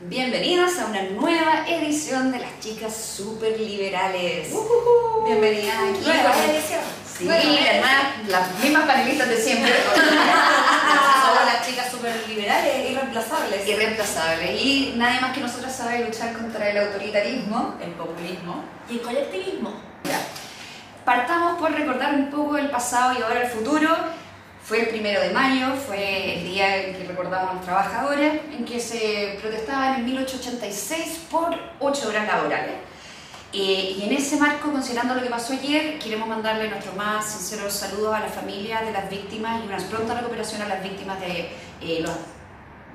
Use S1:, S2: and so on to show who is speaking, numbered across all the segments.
S1: Bienvenidos a una nueva edición de las chicas super liberales.
S2: Ujujú.
S1: Bienvenida aquí.
S2: Nueva
S1: con-
S2: edición.
S1: Sí,
S2: Nueva
S1: las
S2: edición.
S1: más- las mismas panelistas de siempre.
S2: Somos las chicas super liberales, irreemplazables.
S1: Irreemplazables. Y nadie más que nosotras sabe luchar contra el autoritarismo.
S2: El populismo. Y el colectivismo.
S1: Partamos por recordar un poco el pasado y ahora el futuro. Fue el primero de mayo, fue el día en que recordamos a los trabajadores, en que se protestaban en 1886 por 8 horas laborales. Eh, y en ese marco, considerando lo que pasó ayer, queremos mandarle nuestros más sinceros saludos a las familias de las víctimas y una pronta recuperación a las víctimas de eh, los-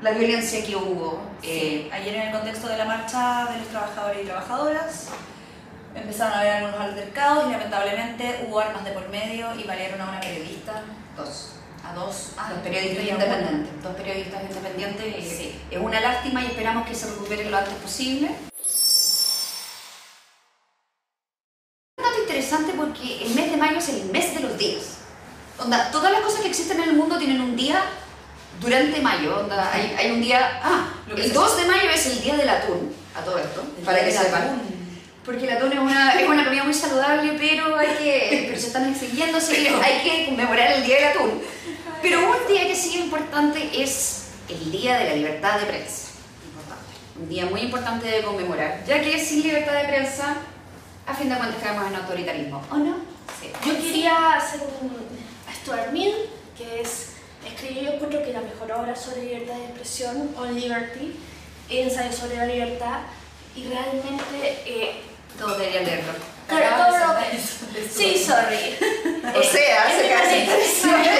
S1: la violencia que hubo. eh,
S2: Sí, Ayer en el contexto de la marcha de los trabajadores y trabajadoras empezaron a haber algunos altercados y lamentablemente hubo armas de por medio y valieron a una periodista,
S1: dos.
S2: a dos,
S1: Ah,
S2: a
S1: dos periodistas independientes. Dos periodistas independientes. eh,
S2: Sí.
S1: Es una lástima y esperamos que se recuperen lo antes posible. Un dato interesante porque el mes de mayo es el mes de los días. Onda, todas las cosas que existen en el mundo tienen un día durante mayo. Onda, hay, hay un día. Ah,
S2: Lo que
S1: el
S2: se-
S1: 2 de mayo es el día del atún, a todo esto, para que sepan. Porque el atún es una, es una comida muy saludable, pero hay que. Pero se están extinguiendo, así que hay que conmemorar el día del atún. Pero un día que sí es importante es el Día de la Libertad de Prensa. Importante. Un día muy importante de conmemorar, ya que sin libertad de prensa, a fin de cuentas caemos en autoritarismo, ¿o no? Sí.
S3: Yo quería hacer un a Stuart Mill, que es escribió yo encuentro que la mejor obra sobre libertad de expresión, On Liberty, ensayo sobre la libertad, y realmente eh,
S1: Todos deberían leerlo.
S3: claro, todo lo que-
S2: Sí,
S3: sí, sorry. Eh,
S1: O sea,
S3: es
S1: se
S3: mi
S1: casi.
S3: manera-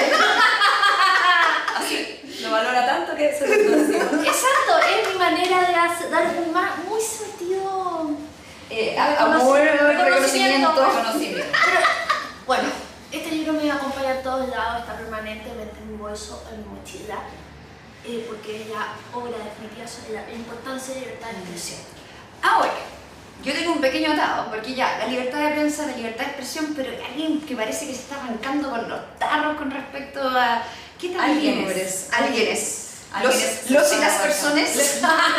S2: lo valora tanto que se lo decimos.
S3: Exacto, es mi manera de hacer- dar un ma- muy sentido.
S1: Eh, a- amor,
S3: Reconocimiento. pues.
S1: reconocimiento,
S2: Reconocimiento.
S3: Bueno, este libro me acompaña a todos lados, está permanentemente en mi bolso, en mi mochila, eh, porque es la obra definitiva sobre la importancia de libertad de expresión.
S1: Ahora, Ah, yo tengo un pequeño atado, porque ya, la libertad de prensa, la libertad de expresión, pero hay alguien que parece que se está arrancando con los tarros con respecto a... ¿Qué tal
S2: Alguienes.
S1: libres? Alguienes. Los,
S2: Alguienes.
S1: los y las personas.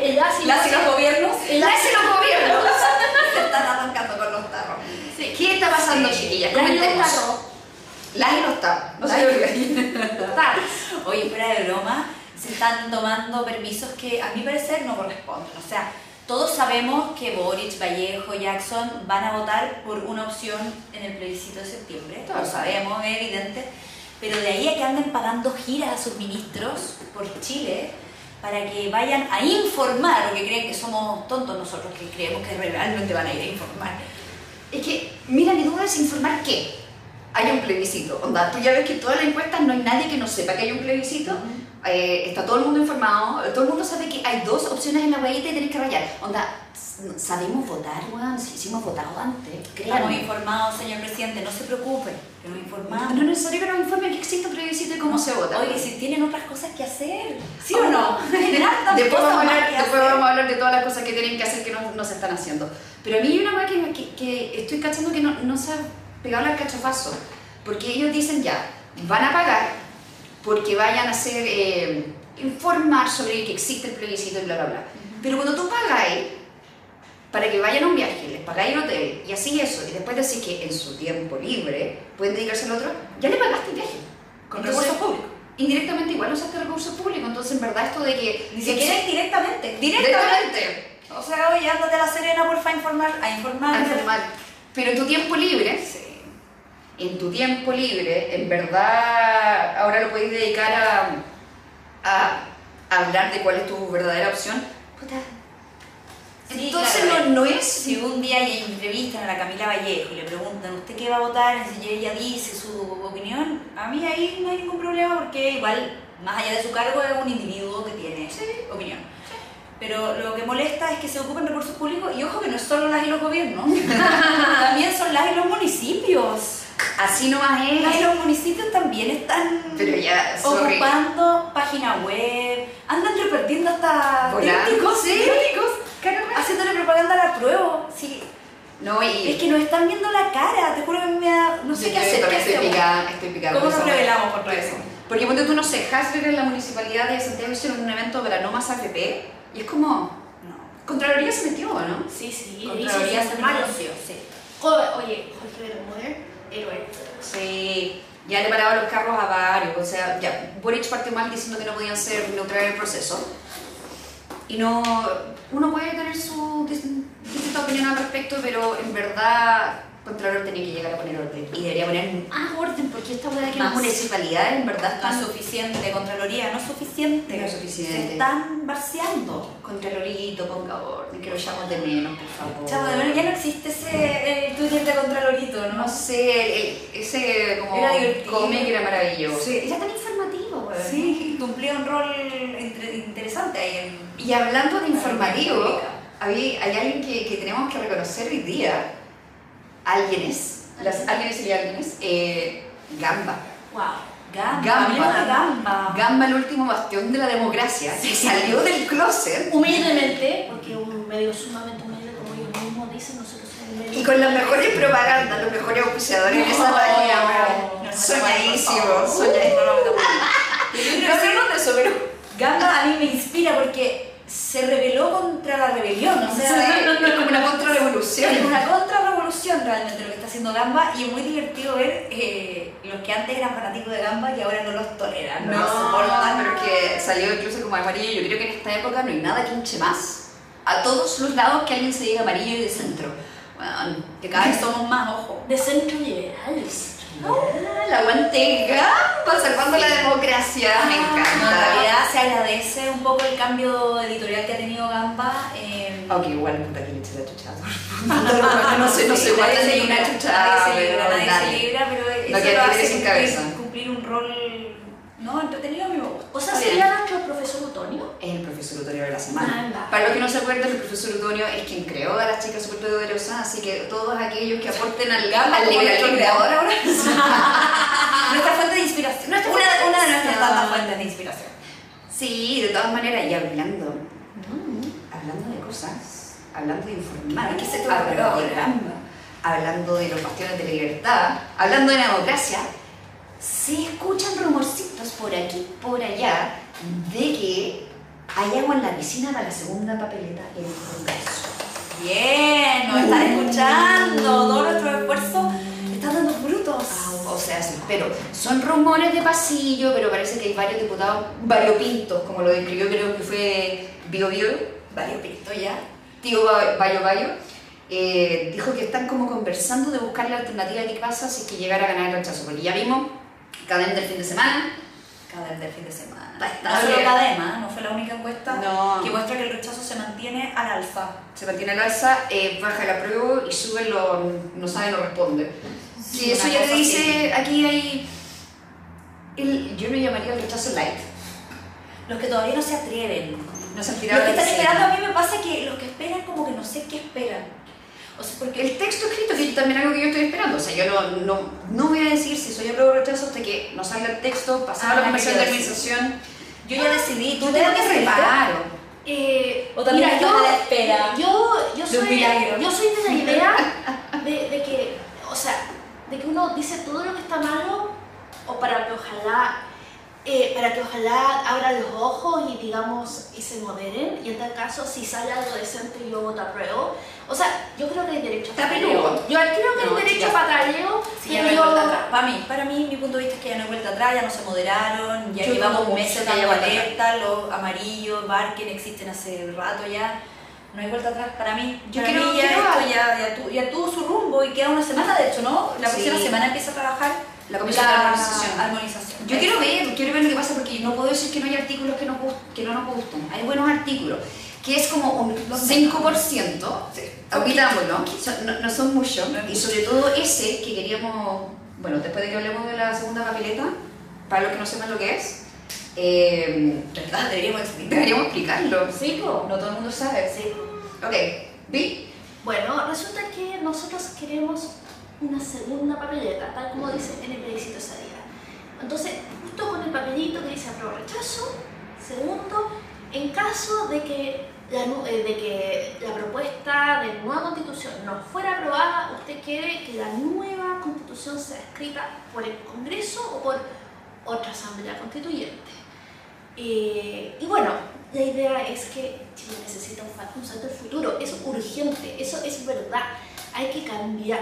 S3: El ácido-
S2: Las y los gobiernos
S1: El hace los gobiernos.
S2: se están arrancando con los tarros.
S1: ¿Qué está pasando, chiquillas?
S3: Las y los
S1: Comentemos.
S3: tarros.
S1: Las y los tarros. No
S2: Las
S1: sé
S2: y
S1: lo que Tarros.
S2: Oye, fuera de broma, se están tomando permisos que a mi parecer no corresponden. O sea, todos sabemos que Boric, Vallejo, Jackson van a votar por una opción en el plebiscito de septiembre.
S1: Todos
S2: lo sabemos, es evidente. Pero de ahí a que anden pagando giras a sus ministros por Chile para que vayan a informar, o que creen que somos tontos nosotros, que creemos que realmente van a ir a informar.
S1: Es que, mira, mi duda es informar que hay un plebiscito. Onda, tú ya ves que en todas las encuestas no hay nadie que no sepa que hay un plebiscito. Eh, está todo el mundo informado, todo el mundo sabe que hay dos opciones en la huevita y tenés que rayar. Onda, s- sabemos votar, weón, si hicimos votado antes,
S2: Estamos
S1: créanme.
S2: informados, señor presidente, no se preocupe, que nos informamos.
S1: No es necesario que nos informen que existe un plebiscito y cómo se vota.
S2: Oye, si tienen otras cosas que hacer. ¿Sí
S1: Oh.
S2: o no?
S1: después vamos, a hablar, después vamos a hablar de todas las cosas que tienen que hacer que no, no se están haciendo. Pero a mí hay una cosa que, me- que- que estoy cachando que no, no se ha pegado al cachofazo. Porque ellos dicen ya, van a pagar porque vayan a hacer, eh, informar sobre que existe el plebiscito y bla, bla, bla. Pero cuando tú pagáis para que vayan a un viaje, les pagáis el hotel y así eso, y después decís que en su tiempo libre pueden dedicarse al otro, ya le pagaste el viaje.
S2: Con
S1: Entonces,
S2: recursos públicos.
S1: Indirectamente igual usaste recursos públicos, entonces en verdad esto de que...
S2: Ni siquiera es directamente.
S1: Directamente.
S2: O sea, oye, ándate a la Serena, porfa, a informar. A informar.
S1: Ah, normal. Pero en tu tiempo libre, en tu tiempo libre, en verdad ahora lo podéis dedicar a, a hablar de cuál es tu verdadera opción. Puta.
S2: Sí,
S1: Entonces
S2: claro,
S1: no, no es...
S2: Si un día le entrevistan a la Camila Vallejo y le preguntan, ¿usted qué va a votar? Si ella dice su opinión, a mí ahí no hay ningún problema porque igual, más allá de su cargo, es un individuo que tiene opinión. Pero lo que molesta es que se ocupen recursos públicos y ojo que no es solo las y los gobiernos, también son las y los municipios.
S1: Así nomás
S2: Las y
S1: es...
S2: los municipios también están
S1: Pero ya, sorry.
S2: ocupando página web, andan repartiendo hasta
S1: Volantes,
S2: críticos,
S1: sí.
S2: haciéndole propaganda a la prueba. Sí,
S1: No, y...
S2: es que nos están viendo la cara, te juro que me da, no sé
S1: Yo
S2: qué
S1: creo que también
S2: hacer. ¿qué
S1: Estoy
S2: hacemos?
S1: picada, estoy picada.
S2: ¿Cómo
S1: con
S2: nos
S1: esa weá.
S2: rebelamos contra eso?
S1: Porque ponte tú, no sé, Hasbro en la municipalidad de Santiago hicieron un evento para no más AFP Y es como,
S2: No.
S1: Contraloría se metió, ¿no?
S3: Sí, sí.
S2: Contraloría
S3: sí, sí,
S2: se
S3: sí.
S2: malo, sí, sí.
S3: Jo- Oye, Jorge de la Moder, héroe.
S1: Sí, ya le paraba los carros a varios. O sea, ya, Boric partió mal diciendo que no podían ser neutrales en el proceso. Y no, uno puede tener su dis- distinta opinión al respecto, pero en verdad Contralor tenía que llegar a poner orden. Y debería poner más
S3: Ah,
S1: orden, porque esta hueá de que las
S2: Más.
S1: municipalidades en verdad
S2: No es
S1: están...
S2: suficiente, Contraloría, no es suficiente.
S1: No es suficiente.
S2: Se están vaciando.
S1: Contralorito, ponga orden, que lo llamo de menos, por favor.
S2: Chavo, de verdad ya no existe ese el Twitter de Contralorito, ¿no?
S1: No sé, el- el- ese como
S2: Era divertido.
S1: cómic era maravilloso.
S2: Sí.
S1: Era tan informativo, güey.
S2: Sí, cumplía un rol entre- interesante ahí en...
S1: Y hablando de
S2: Ay,
S1: informativo,
S2: República.
S1: habí- hay alguien que, que tenemos que reconocer hoy día. Alguienes, las alguienes y alguienes, eh, Gamba.
S2: Wow. Gamba.
S1: Gamba.
S2: hablemos de Gamba.
S1: Gamba, el último bastión de la democracia, que salió del closet
S3: Humildemente, porque un medio sumamente humilde, como ellos mismos dicen, nosotros somos un medio.
S1: y con las mejores propagandas, los mejores auspiciadores en esa
S2: No.
S1: página.
S2: No, no,
S1: weón.
S2: no,
S1: Soñadísimo,
S2: no.
S1: soñadísimo. No hablemos de eso, pero.
S2: Gamba a mí me inspira porque se rebeló contra la rebelión. O sea,
S1: sí, es como una
S2: Es
S1: contrarrevolución.
S2: una contrarrevolución realmente lo que está haciendo Gamba y es muy divertido ver eh, los que antes eran fanáticos de Gamba y ahora no los toleran, no, los soportan.
S1: pero que salió incluso como amarillo. Yo creo que en esta época no hay nada que hinche más. A todos los lados que alguien se diga amarillo y de centro. Bueno, que cada vez somos más, ojo.
S3: De centro liberales.
S1: Ah, la guante gamba salvando la democracia. Me
S2: No, en
S1: encanta.
S2: realidad se agradece un poco el cambio editorial que ha tenido Gamba. eh,
S1: Aunque igual puta que le eché la chuchada. Ah, No sé, no sé,
S2: ah, nadie
S1: guarda
S2: se
S1: ni
S2: libra,
S1: una chuchada.
S2: Nadie se libra,
S1: pero
S2: nadie
S1: nadie.
S2: se libra, pero eso
S1: No queda
S2: lo
S1: libre
S2: hace
S1: sin
S2: cumplir,
S1: cabeza.
S2: cumplir un rol no entretenido a mi gusto.
S3: O sea,
S1: Está bien.
S3: sería nuestro profesor Otonio.
S1: es el profesor Utonio de la semana.
S3: Anda.
S1: Para los que no se acuerdan, el profesor Utonio es quien creó a las chicas superpoderosas, así que todos aquellos que aporten al
S2: Gamba
S1: al
S2: como
S1: liberalismo.
S2: nuestro creador ahora. Nuestra fuente de inspiración.
S1: Nuestra
S2: una,
S1: fuente de
S2: una de nuestras
S1: inspiración.
S2: tantas fuentes de inspiración.
S1: Sí, de todas maneras, y hablando, hablando de cosas, hablando de informar,
S2: ¿Qué se te
S1: hablando, de
S2: ocurrió ahora?
S1: Gamba, hablando de los bastiones de libertad, hablando de la democracia, se escuchan rumorcitos por aquí, por allá, de que hay agua en la piscina para la segunda papeleta en el Congreso.
S2: Bien, nos están
S1: Uh.
S2: escuchando. Todo nuestro esfuerzo está dando frutos.
S1: Ah, O sea, sí, pero son rumores de pasillo, pero parece que hay varios diputados variopintos, como lo describió creo que fue Bio Bio,
S2: Varios pitos ya.
S1: tío Ba- Bayo Bayo, eh, dijo que están como conversando de buscar la alternativa de qué pasa si es que llegara a ganar el rechazo. Porque ya vimos, cadena del fin de semana,
S2: Cadena del fin de semana.
S1: Bastante.
S2: No solo Cadena, no fue la única encuesta
S1: No.
S2: que muestra que el rechazo se mantiene al alza.
S1: se mantiene el alza, eh, baja la prueba y sube lo no sabe, no responde.
S2: Sí,
S1: y eso
S2: una
S1: ya te
S2: cosa
S1: dice, aquí hay... el- yo lo llamaría el rechazo light.
S2: Los que todavía no se atreven.
S1: No se han
S2: Los
S1: tirado
S2: que
S1: del
S2: están
S1: cero.
S2: esperando, a mí me pasa que los que esperan como que no sé qué esperan. O sea, porque
S1: El texto escrito, que también es algo que yo estoy esperando. O sea, yo no, no, no voy a decir si soy apruebo o rechazo hasta que no salga el texto, pasaba
S2: Ah,
S1: la conversación de
S2: quiero decir.
S1: administración.
S2: yo ya decidí, tú
S1: Yo
S2: te
S1: tengo que
S2: decidiste.
S1: reparo.
S3: Eh,
S2: O también
S3: mira,
S2: están
S3: yo-
S2: a la espera.
S3: Yo, yo,
S2: de un
S3: soy,
S2: milagro.
S3: yo soy de la idea de, de que, o sea, de que uno dice todo lo que está malo o para que ojalá, eh, para que ojalá abran los ojos y digamos, y se moderen. Y en tal caso, si sale algo decente, yo voto a prueba. O sea, yo creo que hay derecho a
S1: Está peludo.
S3: Yo creo que
S1: No,
S3: hay derecho
S1: chicas.
S3: a pataleo,
S2: Sí, ya no
S3: pero
S2: hay vuelta atrás.
S3: yo...
S2: Para mí, para mí, mi punto de vista es que ya no hay vuelta atrás, ya no se moderaron, ya
S1: Yo
S2: llevamos
S1: tampoco, yo
S2: meses
S1: no hay
S2: dando
S1: vuelta atrás.
S2: alerta, los amarillos, Barken existen hace rato ya. No hay vuelta atrás para mí.
S1: Yo
S2: para
S1: creo
S2: mí ya
S1: que
S2: esto
S1: va.
S2: ya, ya, tu- ya tuvo su rumbo y queda una semana, de hecho, ¿no? La
S1: Sí.
S2: próxima semana empieza a trabajar
S1: La comisión de armonización.
S2: armonización.
S1: Yo quiero ver, quiero ver lo que pasa porque no puedo decir que no hay artículos que, nos gust- que no nos gustan. Hay buenos artículos, que es como un 5%, admitámoslo, son- no, no son muchos,
S2: No es
S1: y
S2: mucho.
S1: sobre todo ese que queríamos, bueno, después de que hablemos de la segunda papeleta, para los que no sepan lo que es, eh,
S2: ¿Verdad? Deberíamos explicar.
S1: deberíamos explicarlo.
S3: Sí, po.
S1: No todo el mundo sabe.
S3: Sí, po.
S1: Ok, vi,
S3: Bueno, resulta que nosotros queremos una segunda papeleta, tal como dice en el plebiscito de salida. Entonces, justo con el papelito que dice apruebo rechazo, segundo, en caso de que la, nu- eh, de que la propuesta de nueva constitución no fuera aprobada, ¿usted quiere que la nueva constitución sea escrita por el Congreso o por otra asamblea constituyente? Eh, y bueno, La idea es que Chile necesita un, fa- un salto al futuro, es urgente, eso es verdad, hay que cambiar.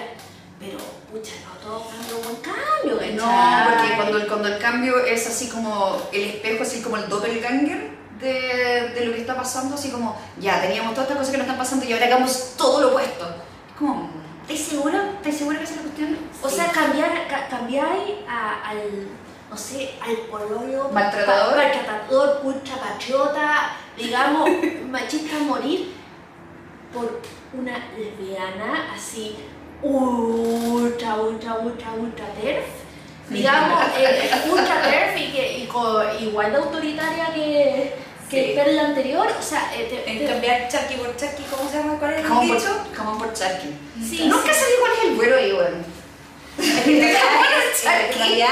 S3: Pero, pucha, no todo cambio es buen cambio, ¿cachai?
S1: No, porque cuando el, cuando el cambio es así como el espejo, así como el doppelganger de, de lo que está pasando, así como ya teníamos todas estas cosas que nos están pasando y ahora hagamos todo lo opuesto. Es como, ¿estás segura? ¿Estás segura que esa es la cuestión?
S3: O sea, cambiar, ca- cambiar a- al, no sé, al pololo,
S1: Maltratador.
S3: pa- maltratador, ultra patriota, digamos, machista a morir, por una lesbiana así, ultra, ultra, ultra, ultra terf, digamos, eh, ultra terf y, que, y co- igual de autoritaria que, que
S2: Sí.
S3: Perla anterior, o sea, eh, te-
S2: En
S3: te-
S2: cambiar charqui por charqui, ¿cómo se llama? ¿Cuál es el
S1: jamón por,
S2: dicho?
S1: jamón por charqui.
S3: sí,
S1: Nunca sabía cuál es el güero ahí, weón.
S2: En realidad, es- en
S1: Charqui.
S2: realidad,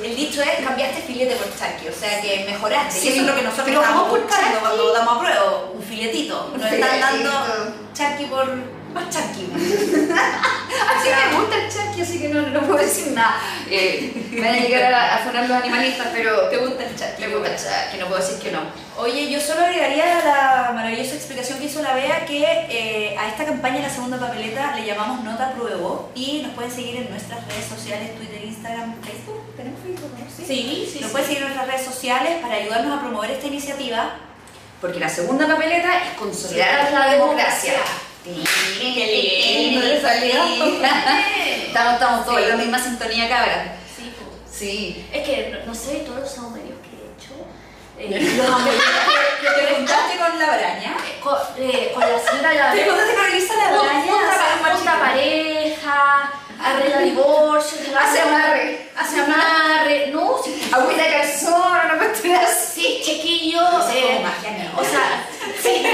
S2: el, el dicho es cambiaste filete por charqui, o sea que mejoraste.
S1: Sí,
S2: y eso es lo que nosotros
S1: pero
S2: estamos
S1: jamón por
S2: buscando
S1: charqui.
S2: cuando votamos a prueba, un filetito. Nos están
S1: filetito.
S2: dando charqui por más charqui.
S1: Así me gusta el charqui, así que no, no puedo decir nada. Eh, me van a llegar a, a sonar los animalistas, pero
S2: ¿Te gusta el charqui?
S1: me gusta el charqui, no puedo decir que no.
S2: Oye, yo solo agregaría la maravillosa explicación que hizo la Bea que eh, a esta campaña, la segunda papeleta, le llamamos Nota Pruebo y nos pueden seguir en nuestras redes sociales, Twitter, Instagram, Facebook. ¿Tenemos Facebook? no?
S3: sí, sí,
S2: Nos
S3: sí.
S2: pueden seguir en nuestras redes sociales para ayudarnos a promover esta iniciativa.
S1: Porque la segunda papeleta es consolidar la democracia.
S2: lindo le salió.
S1: Estamos, estamos todos
S2: Sí.
S1: en la misma sintonía, cabra.
S3: Sí, po.
S1: Sí.
S3: Es que, no, no sé, todos los homerios que he hecho, eh, los homerios que, que
S2: ¿Te
S3: te
S2: juntaste
S3: contaste
S2: con la braña?
S3: con, eh, con la señora la
S2: ¿Te juntaste con Elisa la braña?
S3: Junta- junta pareja, arregla divorcio,
S1: Hace amarre.
S3: hace amarre, no, sí,
S1: Agüita calzón, una cuestión así.
S3: sí, chiquillo,
S2: es como
S3: eh,
S2: magia negra.
S3: o sea, sí,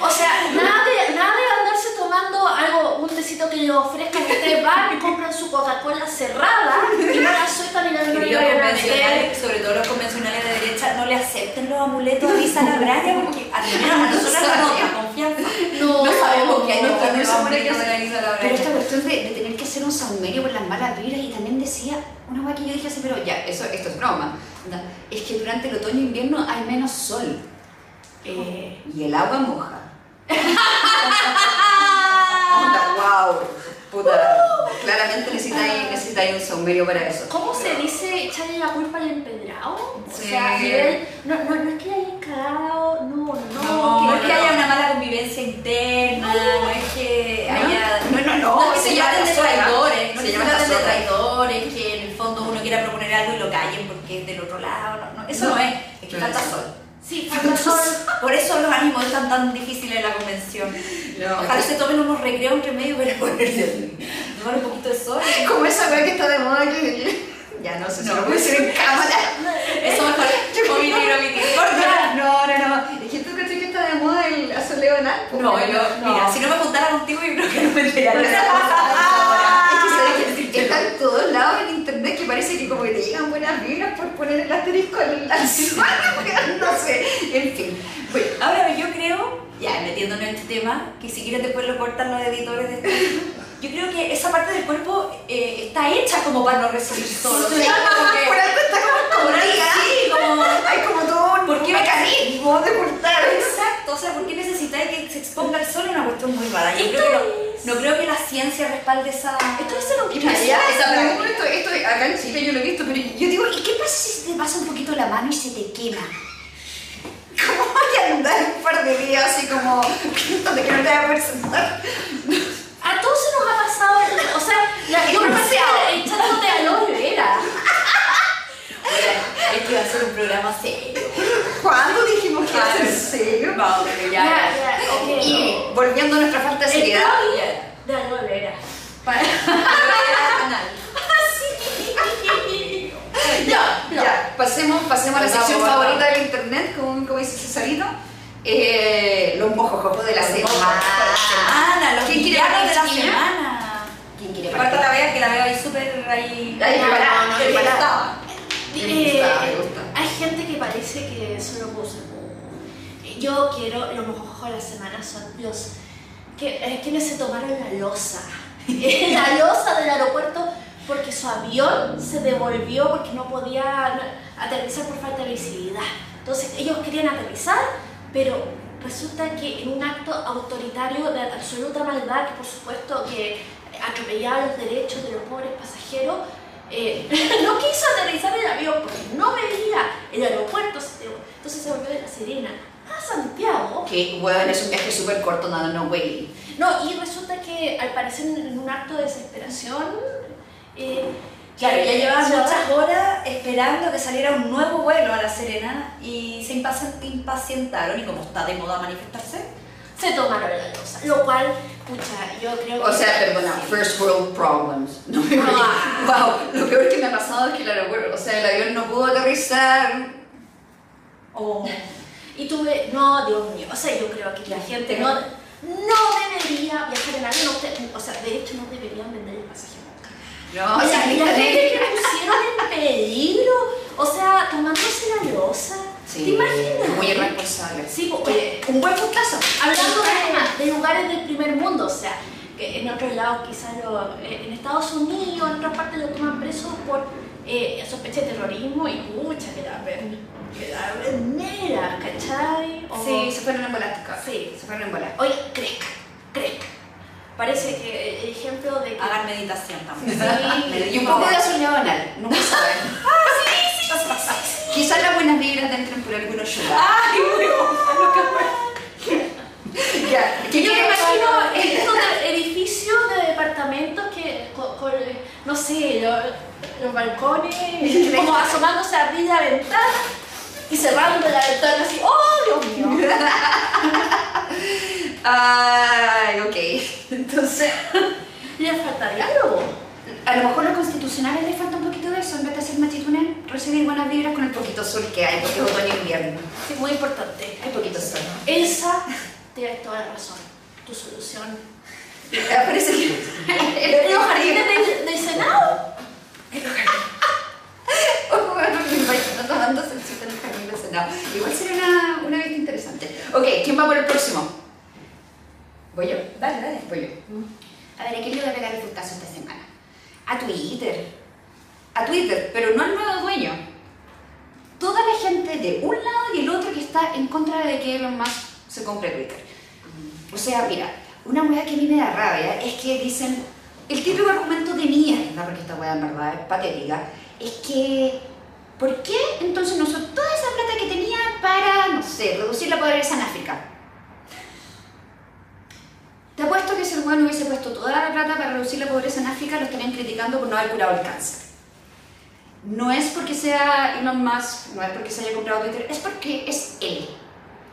S3: o sea, nada de, nada de andarse tomando algo, un tecito que le ofrezcan ustedes van y este compran su Coca-Cola cerrada y no la sueltan y la
S2: Que
S3: no
S2: los
S3: la van a meter.
S2: convencionales, sobre todo los convencionales de derecha, no le acepten los amuletos a Elisa la braña porque al menos a nosotros
S1: No
S2: nos da
S1: sabemos.
S2: confianza.
S3: No,
S2: No sabemos qué hay
S1: no,
S2: dentro
S1: no
S2: de los
S1: sabemos qué
S2: amuletos de
S1: hacer.
S2: la Elisa la
S1: Pero esta
S2: braña.
S1: cuestión de, de tener que hacer un saumerio por las malas vibras y también decía una hueá que yo dije así, pero ya, eso, esto es broma. Onda, Es que durante el otoño e invierno hay menos sol
S3: Eh,
S1: y el agua moja. Onda, wow, puta. Claramente necesitáis, necesitáis un saumerio para eso.
S3: ¿Cómo se dice echarle la culpa al empedrado? O
S1: Sí.
S3: sea, nivel- no, no, no es que hayan cagado, no, no,
S2: No
S3: no,
S2: es que haya una mala convivencia interna, no es que haya...
S1: No, no, no,
S2: Ah. No, que se
S1: llama
S2: llamen de
S1: cazuela.
S2: traidores, no
S1: Se
S2: que se
S1: llama
S2: traten de
S1: cazuela.
S2: traidores, que en el fondo uno quiera proponer algo y lo callen porque es del otro lado, no, no, eso no,
S1: No.
S2: es, es que
S1: No
S2: falta
S1: es.
S2: sol.
S3: Sí, falta sol.
S2: Por eso los ánimos están tan difíciles en la convención.
S1: No,
S2: Ojalá se tomen unos recreos entre medio para ponerse tomar un poquito de sol.
S1: como esa weá que está de moda que ya no sé si
S2: No. pues,
S1: lo puedo decir en cámara.
S2: Eso mejor, omitir, omitir. Corta.
S1: No, no, no. Es que tú crees que está de moda el azul leonal. pues,
S2: No, yo, mira, si no me juntara contigo yo creo que no me enteraría.
S1: Es que sabes que está en todos lados en internet que parece que como que te llegan buenas vibras por poner el asterisco en la semana, weón, no sé. En fin. Bueno,
S2: Ahora yo creo, ya metiéndonos en este tema, que si quieres después lo cortan los editores de este. Yo creo que esa parte del cuerpo eh, está hecha como para no recibir sol. o sea, como que-
S1: por ¿ah? algo está como
S2: por algo
S1: escondida.
S2: así, como-
S1: Hay como todo un
S2: ¿Por qué me-
S1: mecanismo de cortar.
S2: Exacto, o sea, ¿por qué necesitáis que se exponga el sol? Es una cuestión muy rara. Yo creo que no, no creo que la ciencia respalde esa.
S3: Esto es lo que
S1: Mira, ya,
S3: pasa.
S1: esa pregunta, esto, esto acá en Chile yo lo he visto, pero yo digo, ¿y qué pasa si te pasa un poquito la mano y se te quema? ¿Cómo voy a andar un par de días así como donde que no te voy a poder sentar?
S3: A todos se nos ha pasado, o sea, la, yo me pasé
S1: Demasiado.
S3: echándote aloe vera.
S2: Oigan, es que va a ser un programa serio.
S1: ¿Cuándo dijimos que iba a ser
S2: Ah,
S1: serio?
S2: Vamos, pero ya.
S3: Ya, ya, ok.
S1: Y volviendo a nuestra falta de seriedad,
S2: ya.
S3: De aloe vera.
S1: para- ya, ya, pasemos, pasemos a la
S2: Vamos,
S1: sección
S2: vamos.
S1: favorita del internet, como, como dice Cesarito, eh, los mojojos de la semana.
S2: Ana, los
S1: ¿Quién quiere
S2: villanos de la
S1: partir, chiquilla?
S2: semana.
S1: ¿Quién quiere
S2: Aparte
S1: partir?
S2: la vea que la veo ahí súper ahí.
S1: Ahí preparada,
S2: no,
S1: preparada. Me gusta,
S3: Eh,
S1: me gusta.
S3: Hay gente que parece que solo puse. Yo quiero, los mojojos de la semana son los que, eh, quienes se tomaron la losa. la losa del aeropuerto porque su avión se devolvió porque no podían aterrizar por falta de visibilidad. Entonces ellos querían aterrizar, pero resulta que en un acto autoritario de absoluta maldad, que por supuesto que atropellaba los derechos de los pobres pasajeros, eh, no quiso aterrizar el avión porque no veía el aeropuerto, entonces se volvió de La Serena a Santiago
S1: Que, weón, es un viaje súper corto, no, no, güey.
S3: no, y resulta que al parecer en un acto de desesperación... eh,
S2: Claro, ya
S3: eh,
S2: llevabas
S3: se-
S2: muchas horas esperando que saliera un nuevo vuelo a La Serena y se impacien- impacientaron y como está de moda manifestarse,
S3: Se tomaron la losa, lo cual, pucha, yo creo que...
S1: O sea, perdona, first world problems. No me voy.
S2: Ah.
S1: Wow, lo peor que me ha pasado es que el aeropuerto, o sea, el avión no pudo aterrizar.
S2: o
S3: Oh. Y tuve, no, Dios mío, o sea, yo creo que la gente no, no debería viajar en avión, no te- o sea, de hecho no deberían vender el pasaje nunca.
S1: No, o
S3: la,
S1: sea,
S3: la gente
S1: literalmente-
S3: que pusieron en peligro, o sea, tomándose la losa,
S1: Sí,
S3: ¿te imaginas?
S1: Muy irresponsable.
S3: Sí, po-
S1: Oye,
S3: oye,
S1: un buen puntazo.
S3: hablando de, de lugares del primer mundo, o sea, que en otros lados quizás lo- eh, en Estados Unidos, en otras partes lo toman preso por eh, sospecha de terrorismo y pucha, que la ven, que la ven negra, ¿cachai? O-
S1: Sí, se fueron en volástica.
S3: Sí.
S1: se fueron en volástica.
S3: Oye, crezca, crezca. Parece que el ejemplo de que...
S2: hagan meditación también.
S3: Sí.
S1: Y un poco de azul leonal, nunca saben. ah, sí, sí, sí, Quizás las buenas vibras te entren por algunos lugares.
S2: ¡Ay,
S1: Ya,
S3: que
S1: que
S3: yo me
S1: quede
S3: imagino
S1: claro.
S3: estos de- edificios de departamentos que, con, con, no sé, lo- los balcones, como asomándose a abrir la ventana y cerrando la ventana así, ¡oh, Dios mío!
S1: Ay, ok. Entonces,
S3: Le falta diálogo.
S1: a lo mejor los constitucionales les falta un poquito de eso. En vez de hacer machitunen, recibir buenas vibras con el poquito sol que hay, porque es otoño e invierno.
S3: Sí, muy importante.
S1: Hay poquito sol.
S3: Elsa, tienes toda la razón. Tu solución.
S1: Aparece el, el,
S3: ¿En los jardines del, del Senado?
S1: Oh, bueno, me imagino tomando salsita en el jardín del Senado. Igual sería una, una vista interesante. Ok, ¿quién va por el próximo? ¿Voy yo? Dale, dale. Voy yo. Mm. A ver, ¿a quién le voy a pegar el puntazo esta semana? A Twitter. A Twitter, pero no al nuevo dueño. Toda la gente de un lado y el otro que está en contra de que Elon Musk se compre Twitter. O sea, mira, una weá que a mí me da rabia es que dicen, el típico argumento de mierda, porque esta weá en verdad es patética, es que, ¿por qué entonces nosotros toda esa plata que tenía para, no sé, reducir la pobreza en África? Te apuesto que si el weón hubiese puesto toda la plata para reducir la pobreza en África, lo estarían criticando por no haber curado el cáncer. No es porque sea Elon Musk, no es porque se haya comprado Twitter, es porque es él.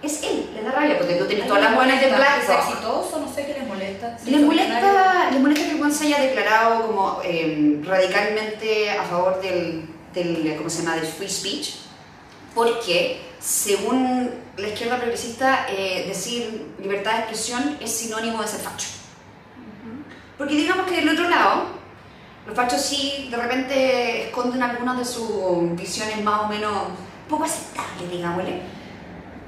S1: Es él, le da rabia, porque tú tienes todas las buenas de
S2: ¿Es
S1: Blackrock.
S2: exitoso? No sé qué les molesta.
S1: ¿Les molesta, les molesta que el Juan se haya declarado como eh, radicalmente a favor del, del, eh, ¿cómo se llama? del free speech? Porque, según la izquierda progresista, eh, decir libertad de expresión es sinónimo de ser facho. Porque digamos que del otro lado, los fachos sí de repente esconden algunas de sus visiones más o menos poco aceptables, digámosle.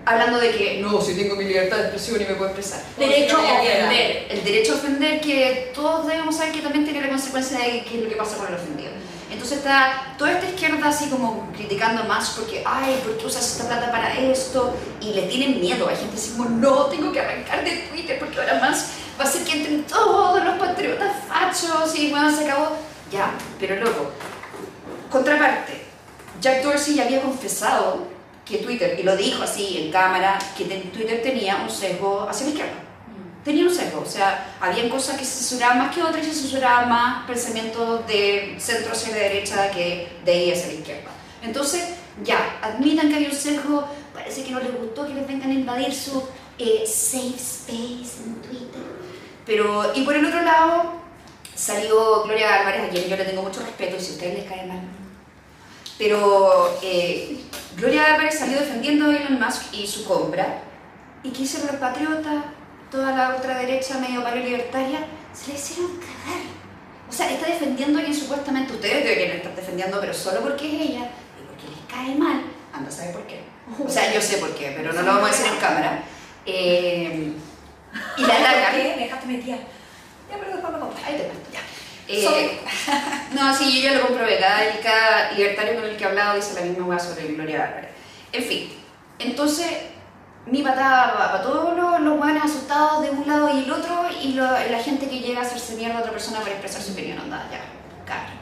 S1: Hablando de que, no, si tengo mi libertad de expresión y me puedo expresar
S3: Derecho a
S2: Constitucional.
S3: ofender.
S1: el derecho a ofender que todos debemos saber que también tiene la consecuencia de qué es lo que pasa con el ofendido. Entonces está toda esta izquierda así como criticando más porque, ay, ¿por qué usas esta plata para esto? Y le tienen miedo. Hay gente así como, no, tengo que arrancar de Twitter porque ahora más va a ser que entren todos los patriotas fachos y bueno, se acabó. Ya, pero loco. Contraparte, Jack Dorsey ya había confesado que Twitter, y lo dijo así en cámara, que te- Twitter tenía un sesgo hacia la izquierda tenía un sesgo, o sea, habían cosas que se censuraban más que otras y se censuraban más pensamientos de centro hacia la derecha que de ahí hacia la izquierda. Entonces, ya, admitan que había un sesgo, parece que no les gustó que les vengan a invadir su eh, safe space en Twitter. Pero, y por el otro lado, salió Gloria Álvarez, a quien yo le tengo mucho respeto, y si a ustedes les cae mal, pero eh, Gloria Álvarez salió defendiendo a Elon Musk y su compra. ¿Y qué hicieron los patriotas? Toda la ultraderecha medio paleo libertaria se le hicieron cagar. O sea, está defendiendo a quien supuestamente ustedes deberían estar defendiendo, pero solo porque es ella y porque les cae mal. Anda, ¿sabe por qué? O sea, yo sé por qué, pero no lo vamos a decir en cámara. Eh, y la
S2: ¿Por
S1: larga.
S2: qué? Me dejaste metida. Ya, pero después me contaste.
S1: Ahí te cuento, ya. Eh, no, sí, yo ya lo comprobé. Cada, y cada libertario con el que he hablado dice la misma hueá sobre Gloria Álvarez. En fin, entonces, mi patada para todos los, los hueones asustados de un lado y el otro y lo- la gente que llega a hacerse mierda a otra persona para expresar su opinión. Onda, ya, cabre.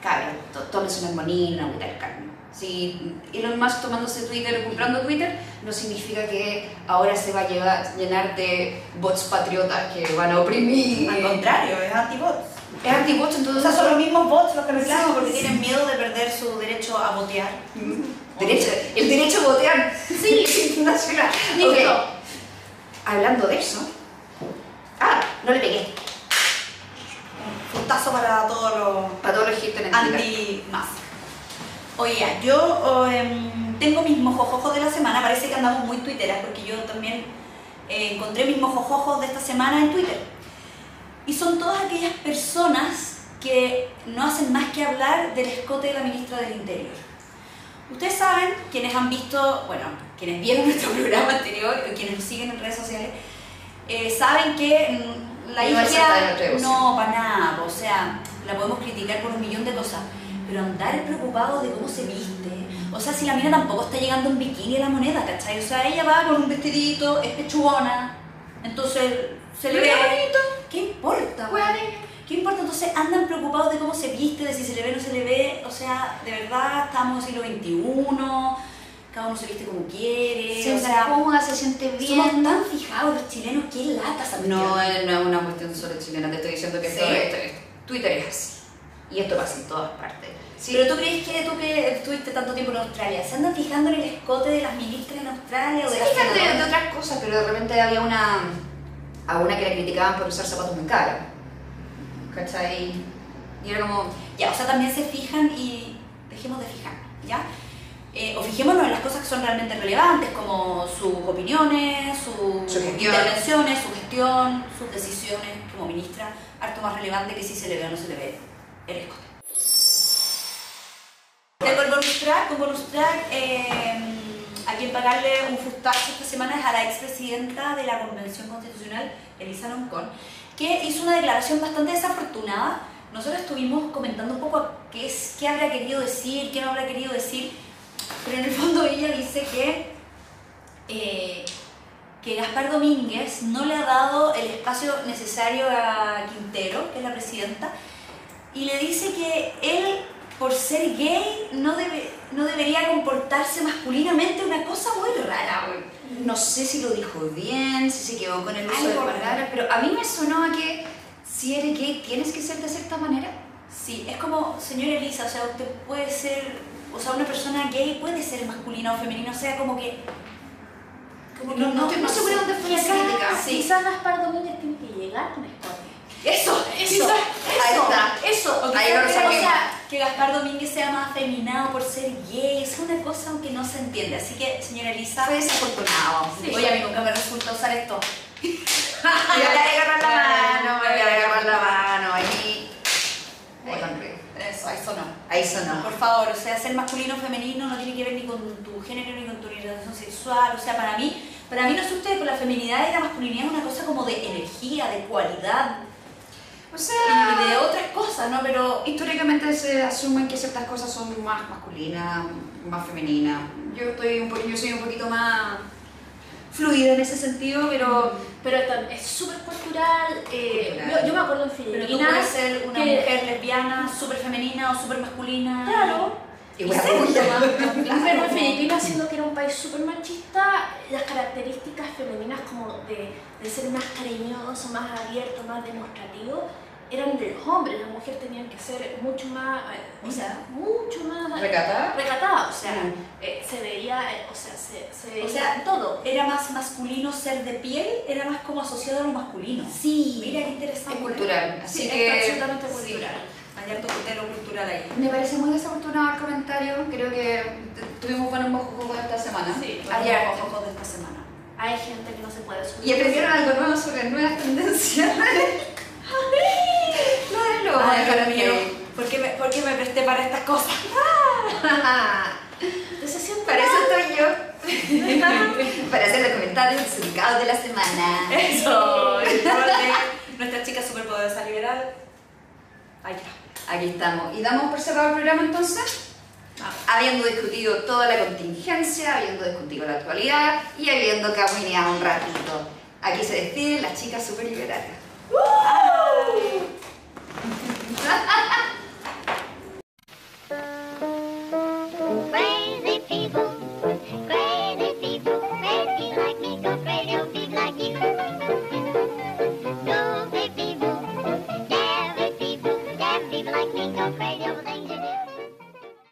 S1: Cabre, to- tómese una monina, una agüita del carne. Si Elon Musk tomándose Twitter o comprando Twitter, no significa que ahora se va a llevar- llenar de bots patriotas que van a oprimir.
S2: Al contrario, es antibots.
S1: Es antibots,
S2: O
S1: entonces
S2: sea, son los mismos bots los que reclaman
S1: Mm. Sí,
S2: porque
S1: sí.
S2: tienen miedo de perder su derecho a botear.
S1: Derecho, el derecho a votar. Sí, nacional.
S3: Listo.
S1: Ok. Hablando de eso. Ah, no le pegué.
S2: Un tazo para todos los
S1: Para todos los hipsters en Twitter.
S2: anti-mask. Oye, ya, yo oh, em, tengo mis mojojojos de la semana, parece que andamos muy twitteras porque yo también eh, encontré mis mojojojos de esta semana en Twitter. Y son todas aquellas personas que no hacen más que hablar del escote de la ministra del Interior. Ustedes saben, quienes han visto, bueno, quienes vieron nuestro programa anterior o quienes nos siguen en redes sociales, eh, saben que mm, la
S1: No es alta de
S2: isla
S1: nuestra devoción.
S2: no, para nada, o sea, la podemos criticar por un millón de cosas, pero andar preocupado de cómo se viste, o sea, si la mina tampoco está llegando en bikini a la moneda, ¿cachai? O sea, ella va con un vestidito, es pechugona, entonces se le
S1: Pero
S2: ve...
S1: qué
S2: ¿Qué importa?
S1: Hueá
S2: ¿Qué importa? Entonces andan preocupados de cómo se viste, de si se le ve o no se le ve. O sea, de verdad, estamos en el siglo XXI, cada uno se viste como quiere.
S1: Se
S2: o sea,
S1: cómoda, se siente
S2: somos
S1: bien.
S2: tan fijados los chilenos, qué lata esa
S1: No,
S2: cuestión.
S1: eh, no es una cuestión solo chilena, te estoy diciendo que
S2: Sí.
S1: todo esto es- Twitter es así. Y esto pasa en todas partes. Sí.
S2: Pero tú crees que tú que estuviste tanto tiempo en Australia, ¿se andan fijando en el escote de las ministras en Australia o de
S1: Sí,
S2: las
S1: fíjate de,
S2: senadoras?
S1: otras cosas, pero de repente había una. a una que la criticaban por usar zapatos muy caros. ¿Cachai? Y era como.
S2: Ya, o sea, también se fijan y dejemos de fijar, ¿ya? Eh, o fijémonos en las cosas que son realmente relevantes, como sus opiniones, sus
S1: Su gestión.
S2: intervenciones, su gestión, sus decisiones como ministra, harto más relevante que si se le ve o no se le ve el escote. Tengo el bonus track, un bonus track, eh, a quien pagarle un fustazo esta semana es a la expresidenta de la Convención Constitucional, Elisa Loncón, que hizo una declaración bastante desafortunada. Nosotros estuvimos comentando un poco qué, es, qué habrá querido decir, qué no habrá querido decir, pero en el fondo ella dice que, eh, que Gaspar Domínguez no le ha dado el espacio necesario a Quintero, que es la presidenta, y le dice que él, por ser gay, no, debe- no debería comportarse masculinamente, una cosa muy rara, güey.
S1: No sé si lo dijo bien, si se quedó con el uso
S2: Algo
S1: de palabras, pero a mí me sonó a que si eres gay tienes que ser de cierta manera.
S2: Sí, es como, señora Elisa, o sea, usted puede ser, o sea, una persona gay puede ser masculina o femenina, o sea, como que... Como
S1: No- no estoy- no segura dónde fue la
S2: Quizás-
S1: crítica.
S2: Sí,
S3: Quizás Gaspar Domínguez tiene que llegar con escote.
S1: Eso,
S2: eso,
S1: ahí está, eso.
S2: O
S1: Ahí
S2: quizás
S1: lo
S2: que- o
S1: resolvimos.
S2: sea, que Gaspar Domínguez sea más afeminado por ser gay, es una cosa aunque no se entiende. Así que, señora Elisa,
S1: Fue desafortunado.
S2: Sí. Oye, a mí nunca me resulta usar esto.
S1: Me voy a agarrar la mano, me voy a agarrar la
S2: mano.
S1: mano, ahí. Ahí con ruido.
S2: Eso, eso no.
S1: Ahí sonó.
S2: Por favor, o sea, ser masculino o femenino no tiene que ver ni con tu género ni con tu orientación sexual. O sea, para mí, para mí no sé ustedes, pero la feminidad y la masculinidad es una cosa como de energía, de cualidad
S1: O
S2: y de
S1: sea,
S2: otras cosas, ¿no? Pero
S1: históricamente se asumen que ciertas cosas son más masculinas, más femeninas. Yo, estoy un po- yo soy un poquito más fluida en ese sentido, pero...
S3: Pero tam- es súper cultural. eh,
S1: Cultural.
S3: yo, yo me acuerdo en
S2: Pero
S3: Filipinas.
S2: tú puedes ser una
S3: que-
S2: mujer lesbiana, súper femenina o súper masculina.
S3: Claro.
S1: Y
S2: Y
S1: voy a
S2: ser
S1: punto.
S2: mucho más-
S3: Pero en Filipinas, siendo que era un país súper machista, las características femeninas como de, de ser más cariñoso, más abierto, más demostrativo, eran de los hombres. Las mujeres tenían que ser mucho más, eh, o sea, mucho más
S1: ¿Recatada?
S3: recatadas. O sea,
S1: Mm.
S3: eh, se veía, eh, o sea, se, se veía
S2: O sea,
S3: todo.
S2: Era más masculino ser de piel, era más como asociado a lo masculino.
S3: Sí,
S2: Mira qué interesante. ¿eh?
S1: Es cultural, así
S3: sí,
S1: que...
S3: es absolutamente
S2: sí.
S3: cultural.
S2: Hay harto cultero cultural ahí.
S1: Me parece muy desafortunado el comentario. Creo que t- tuvimos buenos mojos esta semana.
S3: Sí,
S1: ayer.
S2: Ayer, ojos de esta semana.
S3: Hay gente que no se puede subir.
S1: Y aprendieron algo nuevo sobre nuevas tendencias. no, no lo voy a dejar aquí.
S2: Dios mío, ¿por qué, me, por qué me presté para estas cosas?
S3: Entonces siempre
S1: Para eso estoy yo. Para hacer los comentarios desubicados de la semana.
S2: Eso, el corte, nuestra chica superpoderosa liberal. Ahí está.
S1: Aquí estamos. ¿Y damos por cerrado el programa entonces?
S2: Vamos.
S1: habiendo discutido toda la contingencia, habiendo discutido la actualidad y habiendo caminado un ratito. Aquí se despiden las chicas super liberales.
S2: Ah,